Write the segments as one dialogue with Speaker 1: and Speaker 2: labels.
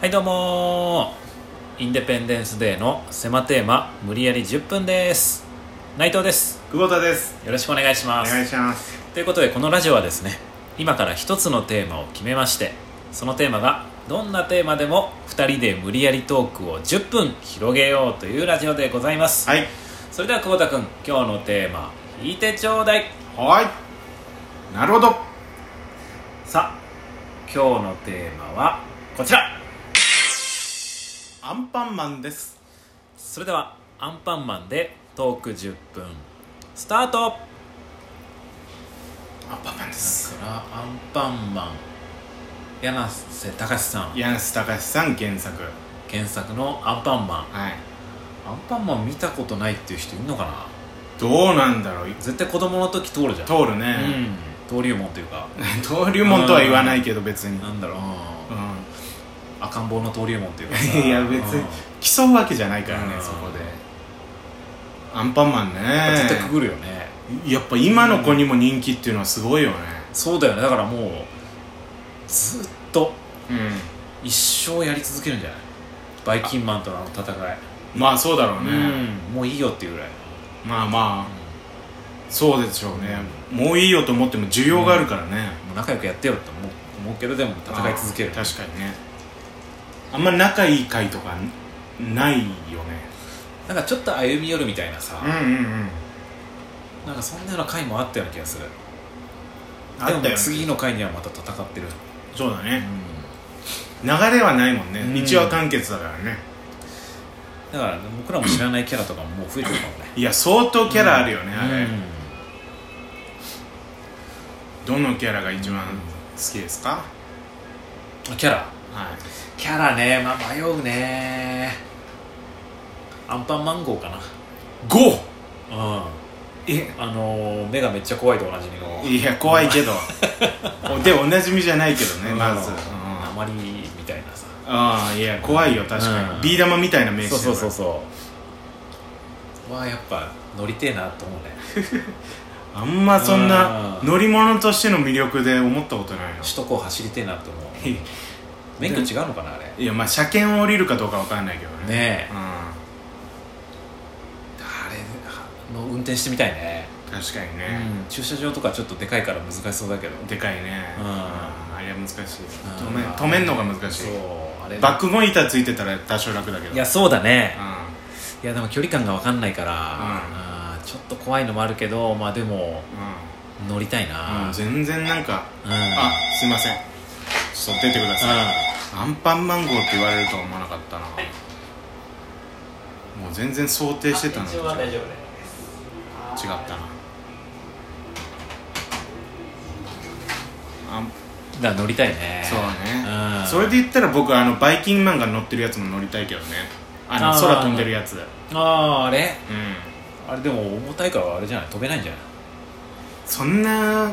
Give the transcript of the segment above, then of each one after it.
Speaker 1: はいどうもーインデペンデンスデーの狭テーマ無理やり10分です内藤です
Speaker 2: 久保田です
Speaker 1: よろしくお願いし
Speaker 2: お
Speaker 1: ます
Speaker 2: 願いします
Speaker 1: ということでこのラジオはですね今から一つのテーマを決めましてそのテーマがどんなテーマでも2人で無理やりトークを10分広げようというラジオでございます、
Speaker 2: はい
Speaker 1: それでは久保田君今日のテーマ引いてちょうだい
Speaker 2: はいなるほど
Speaker 1: さあ今日のテーマはこちら
Speaker 2: アンパンマンです
Speaker 1: それではアンパンマンでトーク10分スタート
Speaker 2: アンパンマンで
Speaker 1: アンパンマン柳瀬隆さん
Speaker 2: 柳瀬隆さん原作
Speaker 1: 原作のアンパンマン
Speaker 2: はい
Speaker 1: アンパンマン見たことないっていう人いるのかな
Speaker 2: どうなんだろう
Speaker 1: 絶対子供の時通るじゃん
Speaker 2: 通る
Speaker 1: う
Speaker 2: ね、
Speaker 1: ん登竜門というか
Speaker 2: 登竜門とは言わないけど別に、
Speaker 1: なんだろ
Speaker 2: う
Speaker 1: う、赤ん坊の登竜門という か
Speaker 2: いや別に
Speaker 1: う
Speaker 2: ん、
Speaker 1: ん
Speaker 2: 競うわけじゃないからね、
Speaker 1: うん
Speaker 2: そこでアンパンマン
Speaker 1: 絶対く
Speaker 2: ね
Speaker 1: ぐるよね
Speaker 2: やっぱ今の子にも人気っていうのはすごいよね
Speaker 1: そうだよねだからもうずっと
Speaker 2: うん
Speaker 1: 一生やり続けるんじゃないバイキンマンとのあの戦い
Speaker 2: まあそうだろうね、
Speaker 1: うんもういいよっていうぐらい
Speaker 2: まあまあそうでしょうね、もういいよと思っても需要があるからね、
Speaker 1: もう仲良くやってよって思う思うけどでも戦い続ける
Speaker 2: あー確かにねあんま仲いい回とかないよね
Speaker 1: なんかちょっと歩み寄るみたいなさ、
Speaker 2: んうんうん
Speaker 1: なんかそんなような回もあったような気がする
Speaker 2: あった
Speaker 1: で
Speaker 2: よ、
Speaker 1: も
Speaker 2: ね、
Speaker 1: 次の回にはまた戦ってる、
Speaker 2: そうだ
Speaker 1: う
Speaker 2: ね
Speaker 1: ん
Speaker 2: 流れはないもんね、
Speaker 1: うん
Speaker 2: 一話完結だからね
Speaker 1: だから僕らも知らないキャラとかももう増えてるかもね
Speaker 2: いや相当キャラあるよね、あれ、
Speaker 1: うん
Speaker 2: どのキャラが一番
Speaker 1: うん
Speaker 2: 好きですか、
Speaker 1: キャラ
Speaker 2: はい
Speaker 1: キャラね、まあ、迷うねアンパンマン号かな
Speaker 2: 5!
Speaker 1: うんえあのー目がめっちゃ怖いとおなじみの
Speaker 2: いや怖いけど でおなじみじゃないけどね、
Speaker 1: うん
Speaker 2: まず、うん
Speaker 1: あまりみたいなさ
Speaker 2: ああいや怖いよ確かに、
Speaker 1: うん
Speaker 2: ビー玉みたいな名刺
Speaker 1: そうそうそうそうはやっぱ乗りてえなと思うね
Speaker 2: あんまそんな
Speaker 1: うん
Speaker 2: 乗り物としての魅力で思ったことないの
Speaker 1: 首都高走りてえなと思う免許違うのかなあれ
Speaker 2: いやまあ車検を降りるかどうかわかんないけどね
Speaker 1: ねえ
Speaker 2: う
Speaker 1: あれの運転してみたいね、
Speaker 2: ん確かに
Speaker 1: う
Speaker 2: ね、
Speaker 1: ん、駐車場とかちょっとでかいから難しそうだけど
Speaker 2: でかいね
Speaker 1: うん
Speaker 2: あれは難しい止
Speaker 1: うん
Speaker 2: め止めんのが難しい
Speaker 1: そうあれ
Speaker 2: バックモニターついてたら多少楽だけど
Speaker 1: いやそうだね
Speaker 2: う
Speaker 1: いやでも距離感が分かんないから、あーちょっと怖いのもあるけどまあでも
Speaker 2: ん
Speaker 1: 乗りたい
Speaker 2: うん、う、
Speaker 1: なん
Speaker 2: 全然なんか
Speaker 1: うん
Speaker 2: あすいませんちょっと出てくださいアンパンマン号って言われるとは思わなかったなもう全然想定してたのと違う違
Speaker 1: 丈夫
Speaker 2: ったなあん
Speaker 1: だから乗りたいね
Speaker 2: そうね、
Speaker 1: うん、
Speaker 2: それで言ったら僕あのバイキンマンが乗ってるやつも乗りたいけどねあの
Speaker 1: あー
Speaker 2: 空飛んでるやつうん
Speaker 1: あああれあれでも重たいからあれじゃない飛べないんじゃない
Speaker 2: そんな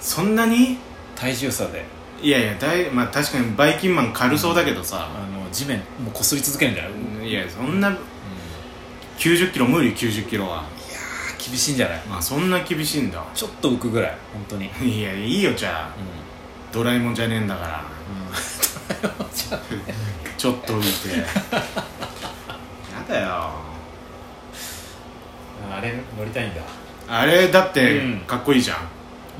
Speaker 2: そんなに
Speaker 1: 体重差で
Speaker 2: いやいやだい、まあ、確かにバイキンマン軽そうだけどさ、
Speaker 1: あの地面もうこすり続けるんじゃない、うん、
Speaker 2: いやそんな9 0キロ無理9 0キロは
Speaker 1: 厳しいんじゃない
Speaker 2: まあそんな厳しいんだ
Speaker 1: ちょっと浮くぐらい本当に
Speaker 2: いやいいよじゃあ
Speaker 1: うん
Speaker 2: ドラえもんじゃねえんだから
Speaker 1: ちょっと
Speaker 2: ちょっと浮いてやだよ
Speaker 1: あれ乗りたいんだ
Speaker 2: あれだって
Speaker 1: うん
Speaker 2: かっこいいじゃん、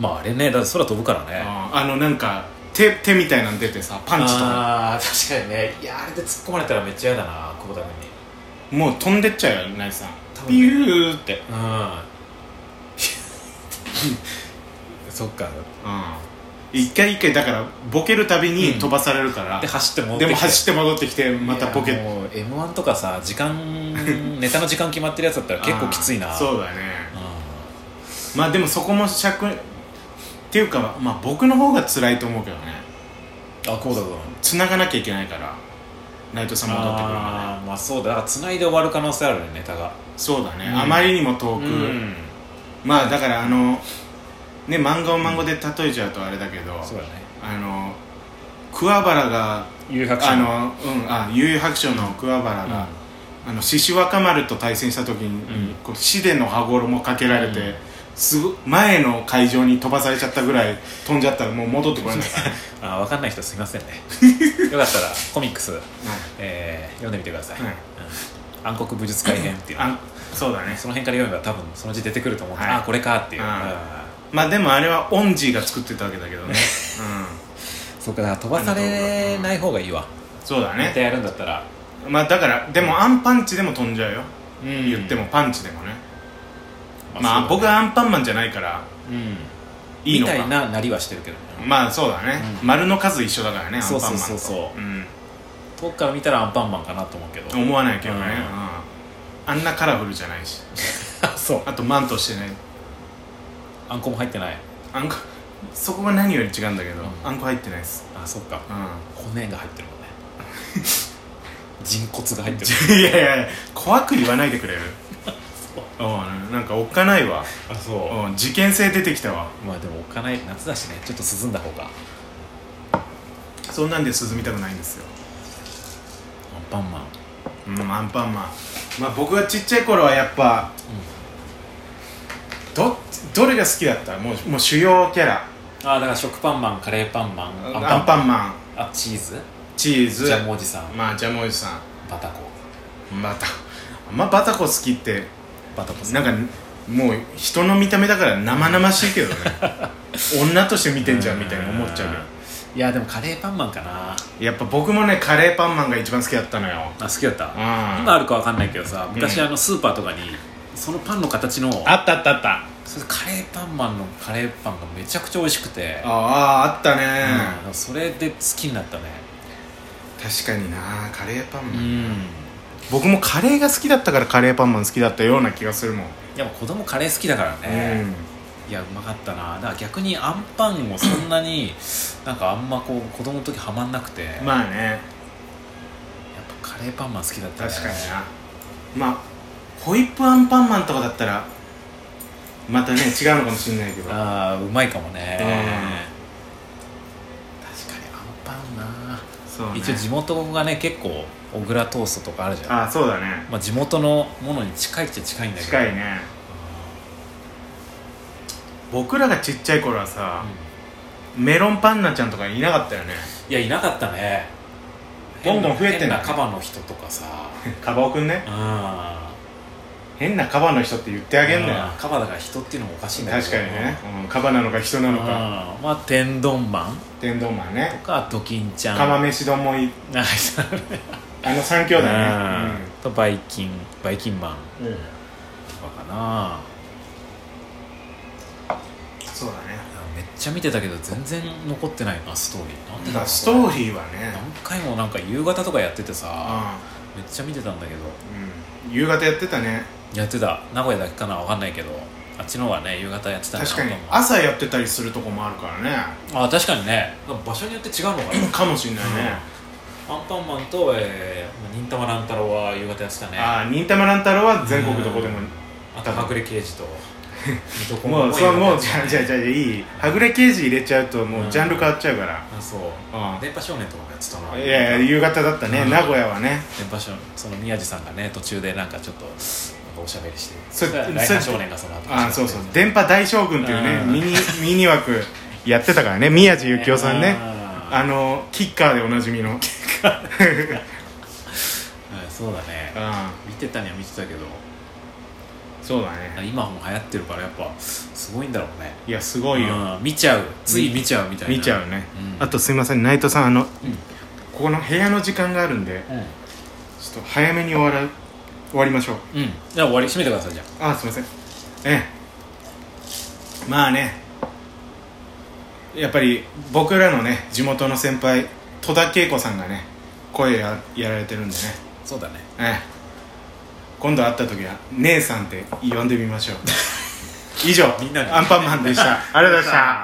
Speaker 1: まああれねだって空飛ぶからね
Speaker 2: ああのなんか手手みたいなの出てさパンチとか
Speaker 1: ああー確かにねいやあれで突っ込まれたらめっちゃ嫌だな久保田君に
Speaker 2: もう飛んでっちゃうよナイツさん
Speaker 1: 多分ね
Speaker 2: ビューって
Speaker 1: うんそっか
Speaker 2: うん一回一回だからボケるたびに
Speaker 1: うん
Speaker 2: 飛ばされるから、
Speaker 1: で走って戻って
Speaker 2: でも
Speaker 1: きて
Speaker 2: 走って戻ってきてまたボケ
Speaker 1: いやもう m 1とかさ時間 ネタの時間決まってるやつだったら結構きついな
Speaker 2: あーそうだねまあでもそこも尺っていうかまあ僕の方が辛いと思うけどね
Speaker 1: うんあ久保田君
Speaker 2: 繋がなきゃいけないから内藤さん戻ってくるま
Speaker 1: あーまあそうだだから繋いで終わる可能性あるねネタが
Speaker 2: でそうだね、
Speaker 1: うん
Speaker 2: あまりにも遠
Speaker 1: う
Speaker 2: く、まあだからあのね漫画を漫画で例えちゃうとあれだけど、
Speaker 1: そうだね
Speaker 2: あの桑原が
Speaker 1: 有楽
Speaker 2: あ
Speaker 1: 町
Speaker 2: の、うん、あ幽遊白書の桑原が、あの獅子若丸と対戦した時に、
Speaker 1: うん
Speaker 2: こう紫での羽衣をかけられて、
Speaker 1: うん
Speaker 2: すご前の会場に飛ばされちゃったぐらい飛んじゃったらもう戻ってこれないから、
Speaker 1: あ分かんない人すいません ねよかったらコミックス、えー読んでみてください、
Speaker 2: うん
Speaker 1: うん暗黒武術改編っていうの
Speaker 2: あそうだね
Speaker 1: その辺から読めば多分そのうち出てくると思うんで、
Speaker 2: はい
Speaker 1: ああこれかっていう、
Speaker 2: うん
Speaker 1: あ
Speaker 2: まあでもあれはオンジーが作ってたわけだけど ね、
Speaker 1: ーそうかだから飛ばされない方がいいわ
Speaker 2: うん、そうだ
Speaker 1: ネタ
Speaker 2: ね
Speaker 1: やるんだったら、
Speaker 2: まあだからでもアンパンチでも飛んじゃうよ、
Speaker 1: うん
Speaker 2: 言ってもパンチでもね
Speaker 1: まあ
Speaker 2: まあ、
Speaker 1: そう
Speaker 2: 僕
Speaker 1: だね
Speaker 2: はアンパンマンじゃないから
Speaker 1: うん
Speaker 2: いいのか
Speaker 1: みたいななりはしてるけどね、
Speaker 2: まあそうだね、
Speaker 1: う
Speaker 2: 丸の数一緒だからねアンパン
Speaker 1: そう
Speaker 2: マン
Speaker 1: そう
Speaker 2: と
Speaker 1: そうそ
Speaker 2: うん
Speaker 1: 遠くから見たらアンパンマンかなと思うけど
Speaker 2: 思わないけどね、
Speaker 1: うん
Speaker 2: うんあんなカラフルじゃないし
Speaker 1: そう
Speaker 2: あとマントしてない
Speaker 1: あんこも入ってない
Speaker 2: あんこそこが何より違うんだけど、
Speaker 1: うん
Speaker 2: あんこ入ってないです、
Speaker 1: あそっか
Speaker 2: うん
Speaker 1: 骨が入ってるも んね人骨が入ってる
Speaker 2: いやいやいや怖く言わないで くれるうんなんかおっかないわ、
Speaker 1: あそ
Speaker 2: うん、事件性出てきたわ
Speaker 1: うまあでも置かない夏だしねちょっと涼んだ方がアン
Speaker 2: そんなんで涼みたくないんですよ、
Speaker 1: パンマン
Speaker 2: うん、アンパンマンまあ僕がちっちゃい頃はやっぱ、どっちどれが好きだったもうもう主要キャラ
Speaker 1: ああだから食パンマンカレーパンマン
Speaker 2: ア
Speaker 1: ア
Speaker 2: ンパ
Speaker 1: ンパ
Speaker 2: ン
Speaker 1: ン
Speaker 2: マン
Speaker 1: マンあチーズ
Speaker 2: チーズ
Speaker 1: ジャムおじさん
Speaker 2: まあジャムおじさ
Speaker 1: バタコ
Speaker 2: んバタあんまバタコ好きって
Speaker 1: バタコさん
Speaker 2: なんかもう人の見た目だから生々しい けどね女として見てんじゃんみたいな思っちゃうけど
Speaker 1: いやでもカレーパンマンかな
Speaker 2: やっぱ僕もねカレーパンマンが一番好きだったのよ
Speaker 1: あ好きだった
Speaker 2: うん
Speaker 1: 今あるかわかんないけどさ昔
Speaker 2: うん
Speaker 1: あのスーパーとかにそのパンの形の
Speaker 2: あったあったあったあ
Speaker 1: それカレーパンマンのカレーパンがめちゃくちゃ美味しくて
Speaker 2: ああったね、
Speaker 1: うんそれで好きになったね
Speaker 2: 確かになカレーパン
Speaker 1: う
Speaker 2: マン、
Speaker 1: ん
Speaker 2: 僕もカレーが好きだったからカレーパンマン好きだったような気がするもん、
Speaker 1: やっぱ子供カレー好きだからね、いやうまかったなだから逆にあんパンもそんなになんかあんまこう子供の時ハマんなくて、
Speaker 2: うん
Speaker 1: やっ
Speaker 2: まあね
Speaker 1: ぱカレーパンマン好きだったね
Speaker 2: 確かになまあホイップアンパンマンとかだったらま たね違うのかもしれないけど
Speaker 1: ああうまいかもね、
Speaker 2: うん
Speaker 1: 確かにあんパンな、
Speaker 2: そうね
Speaker 1: 一応地元がね結構小倉トーストとかあるじゃん
Speaker 2: ああそうだね
Speaker 1: まあ、地元のものに近いっちゃ近いんだけど
Speaker 2: 近いね僕らがちっちゃい頃はさ、メロンパンナちゃんとかいなかったよ ね
Speaker 1: いやいなかったね
Speaker 2: どんどん増えてんだね
Speaker 1: 変なカバの人とかさ
Speaker 2: カバオくんね
Speaker 1: あ
Speaker 2: 変なカバの人って言ってあげんだよ
Speaker 1: カバだから人っていうのもおかしいんだけ
Speaker 2: 確
Speaker 1: ど
Speaker 2: かにね、うんカバなのか人な
Speaker 1: うん
Speaker 2: のか
Speaker 1: まあ天丼マン
Speaker 2: 天丼マンね
Speaker 1: とかドキンちゃん
Speaker 2: 釜飯丼もい
Speaker 1: あ そうね
Speaker 2: あの3兄弟
Speaker 1: うん
Speaker 2: ね
Speaker 1: とバイキンバイキンマ
Speaker 2: う
Speaker 1: ン
Speaker 2: ん、うん
Speaker 1: とかかな
Speaker 2: そうだね
Speaker 1: めっちゃ見てたけど全然残ってないなストーリーなんで
Speaker 2: だか
Speaker 1: だろ
Speaker 2: ら
Speaker 1: う
Speaker 2: ストー
Speaker 1: ー
Speaker 2: リーはね
Speaker 1: 何回もなんか夕方とかやっててさ
Speaker 2: あ
Speaker 1: めっちゃ見てたんだけど
Speaker 2: うん、夕方やってたね
Speaker 1: やってた名古屋だけかな分かんないけどあっちの方がね夕方やってたんだ
Speaker 2: 確かに
Speaker 1: と思う
Speaker 2: 朝やってたりするとこもあるからね
Speaker 1: あ確かにね場所によって違うのかな
Speaker 2: かもしんないね、
Speaker 1: アンパンマンと、えー、忍たま乱太郎は夕方やってたね
Speaker 2: ああ忍たま乱太郎は全国どこでも、
Speaker 1: あと隠れ刑事と 水戸黄門
Speaker 2: もうそれもう
Speaker 1: 夕
Speaker 2: じ
Speaker 1: 方
Speaker 2: ゃあじゃあじゃあいいはぐれ刑事入れちゃうともうジャンル変わっちゃうから、
Speaker 1: あそう
Speaker 2: あ
Speaker 1: 電波少年とかもやってたな
Speaker 2: あいやいや夕方だったね、
Speaker 1: うん
Speaker 2: 名古屋はね
Speaker 1: 電波少年その宮地さんがね途中でなんかちょっとなんかおしゃべりして
Speaker 2: そ
Speaker 1: したら
Speaker 2: そ
Speaker 1: ライハ少年がその後
Speaker 2: ああそうそう
Speaker 1: で
Speaker 2: 電波大将軍っていうね
Speaker 1: うん
Speaker 2: ミニミニ枠やってたからね宮地幸雄さんねあのキッカーでおなじみの
Speaker 1: そうだね
Speaker 2: あ
Speaker 1: 見てたには見てたけど
Speaker 2: そうだね
Speaker 1: 今も流行ってるからやっぱすごいんだろうね
Speaker 2: いやすごいよ、
Speaker 1: うん見ちゃうつい見ちゃうみたいな
Speaker 2: 見ちゃうね、
Speaker 1: うん
Speaker 2: あとすいません内藤さんあの、
Speaker 1: うん
Speaker 2: ここの部屋の時間があるんで
Speaker 1: う、
Speaker 2: ちょっと早めに終わら終わりましょうん
Speaker 1: うん、じゃあ終わり閉めてくださいじゃ
Speaker 2: あすいませんええまあねやっぱり僕らのね地元の先輩戸田恵子さんがね声ややられてるんでね
Speaker 1: あそうだね
Speaker 2: ええ今度会った時は「 姉さん」って呼んでみましょう以上
Speaker 1: みんなで
Speaker 2: アンパンマンでしたありがとうございました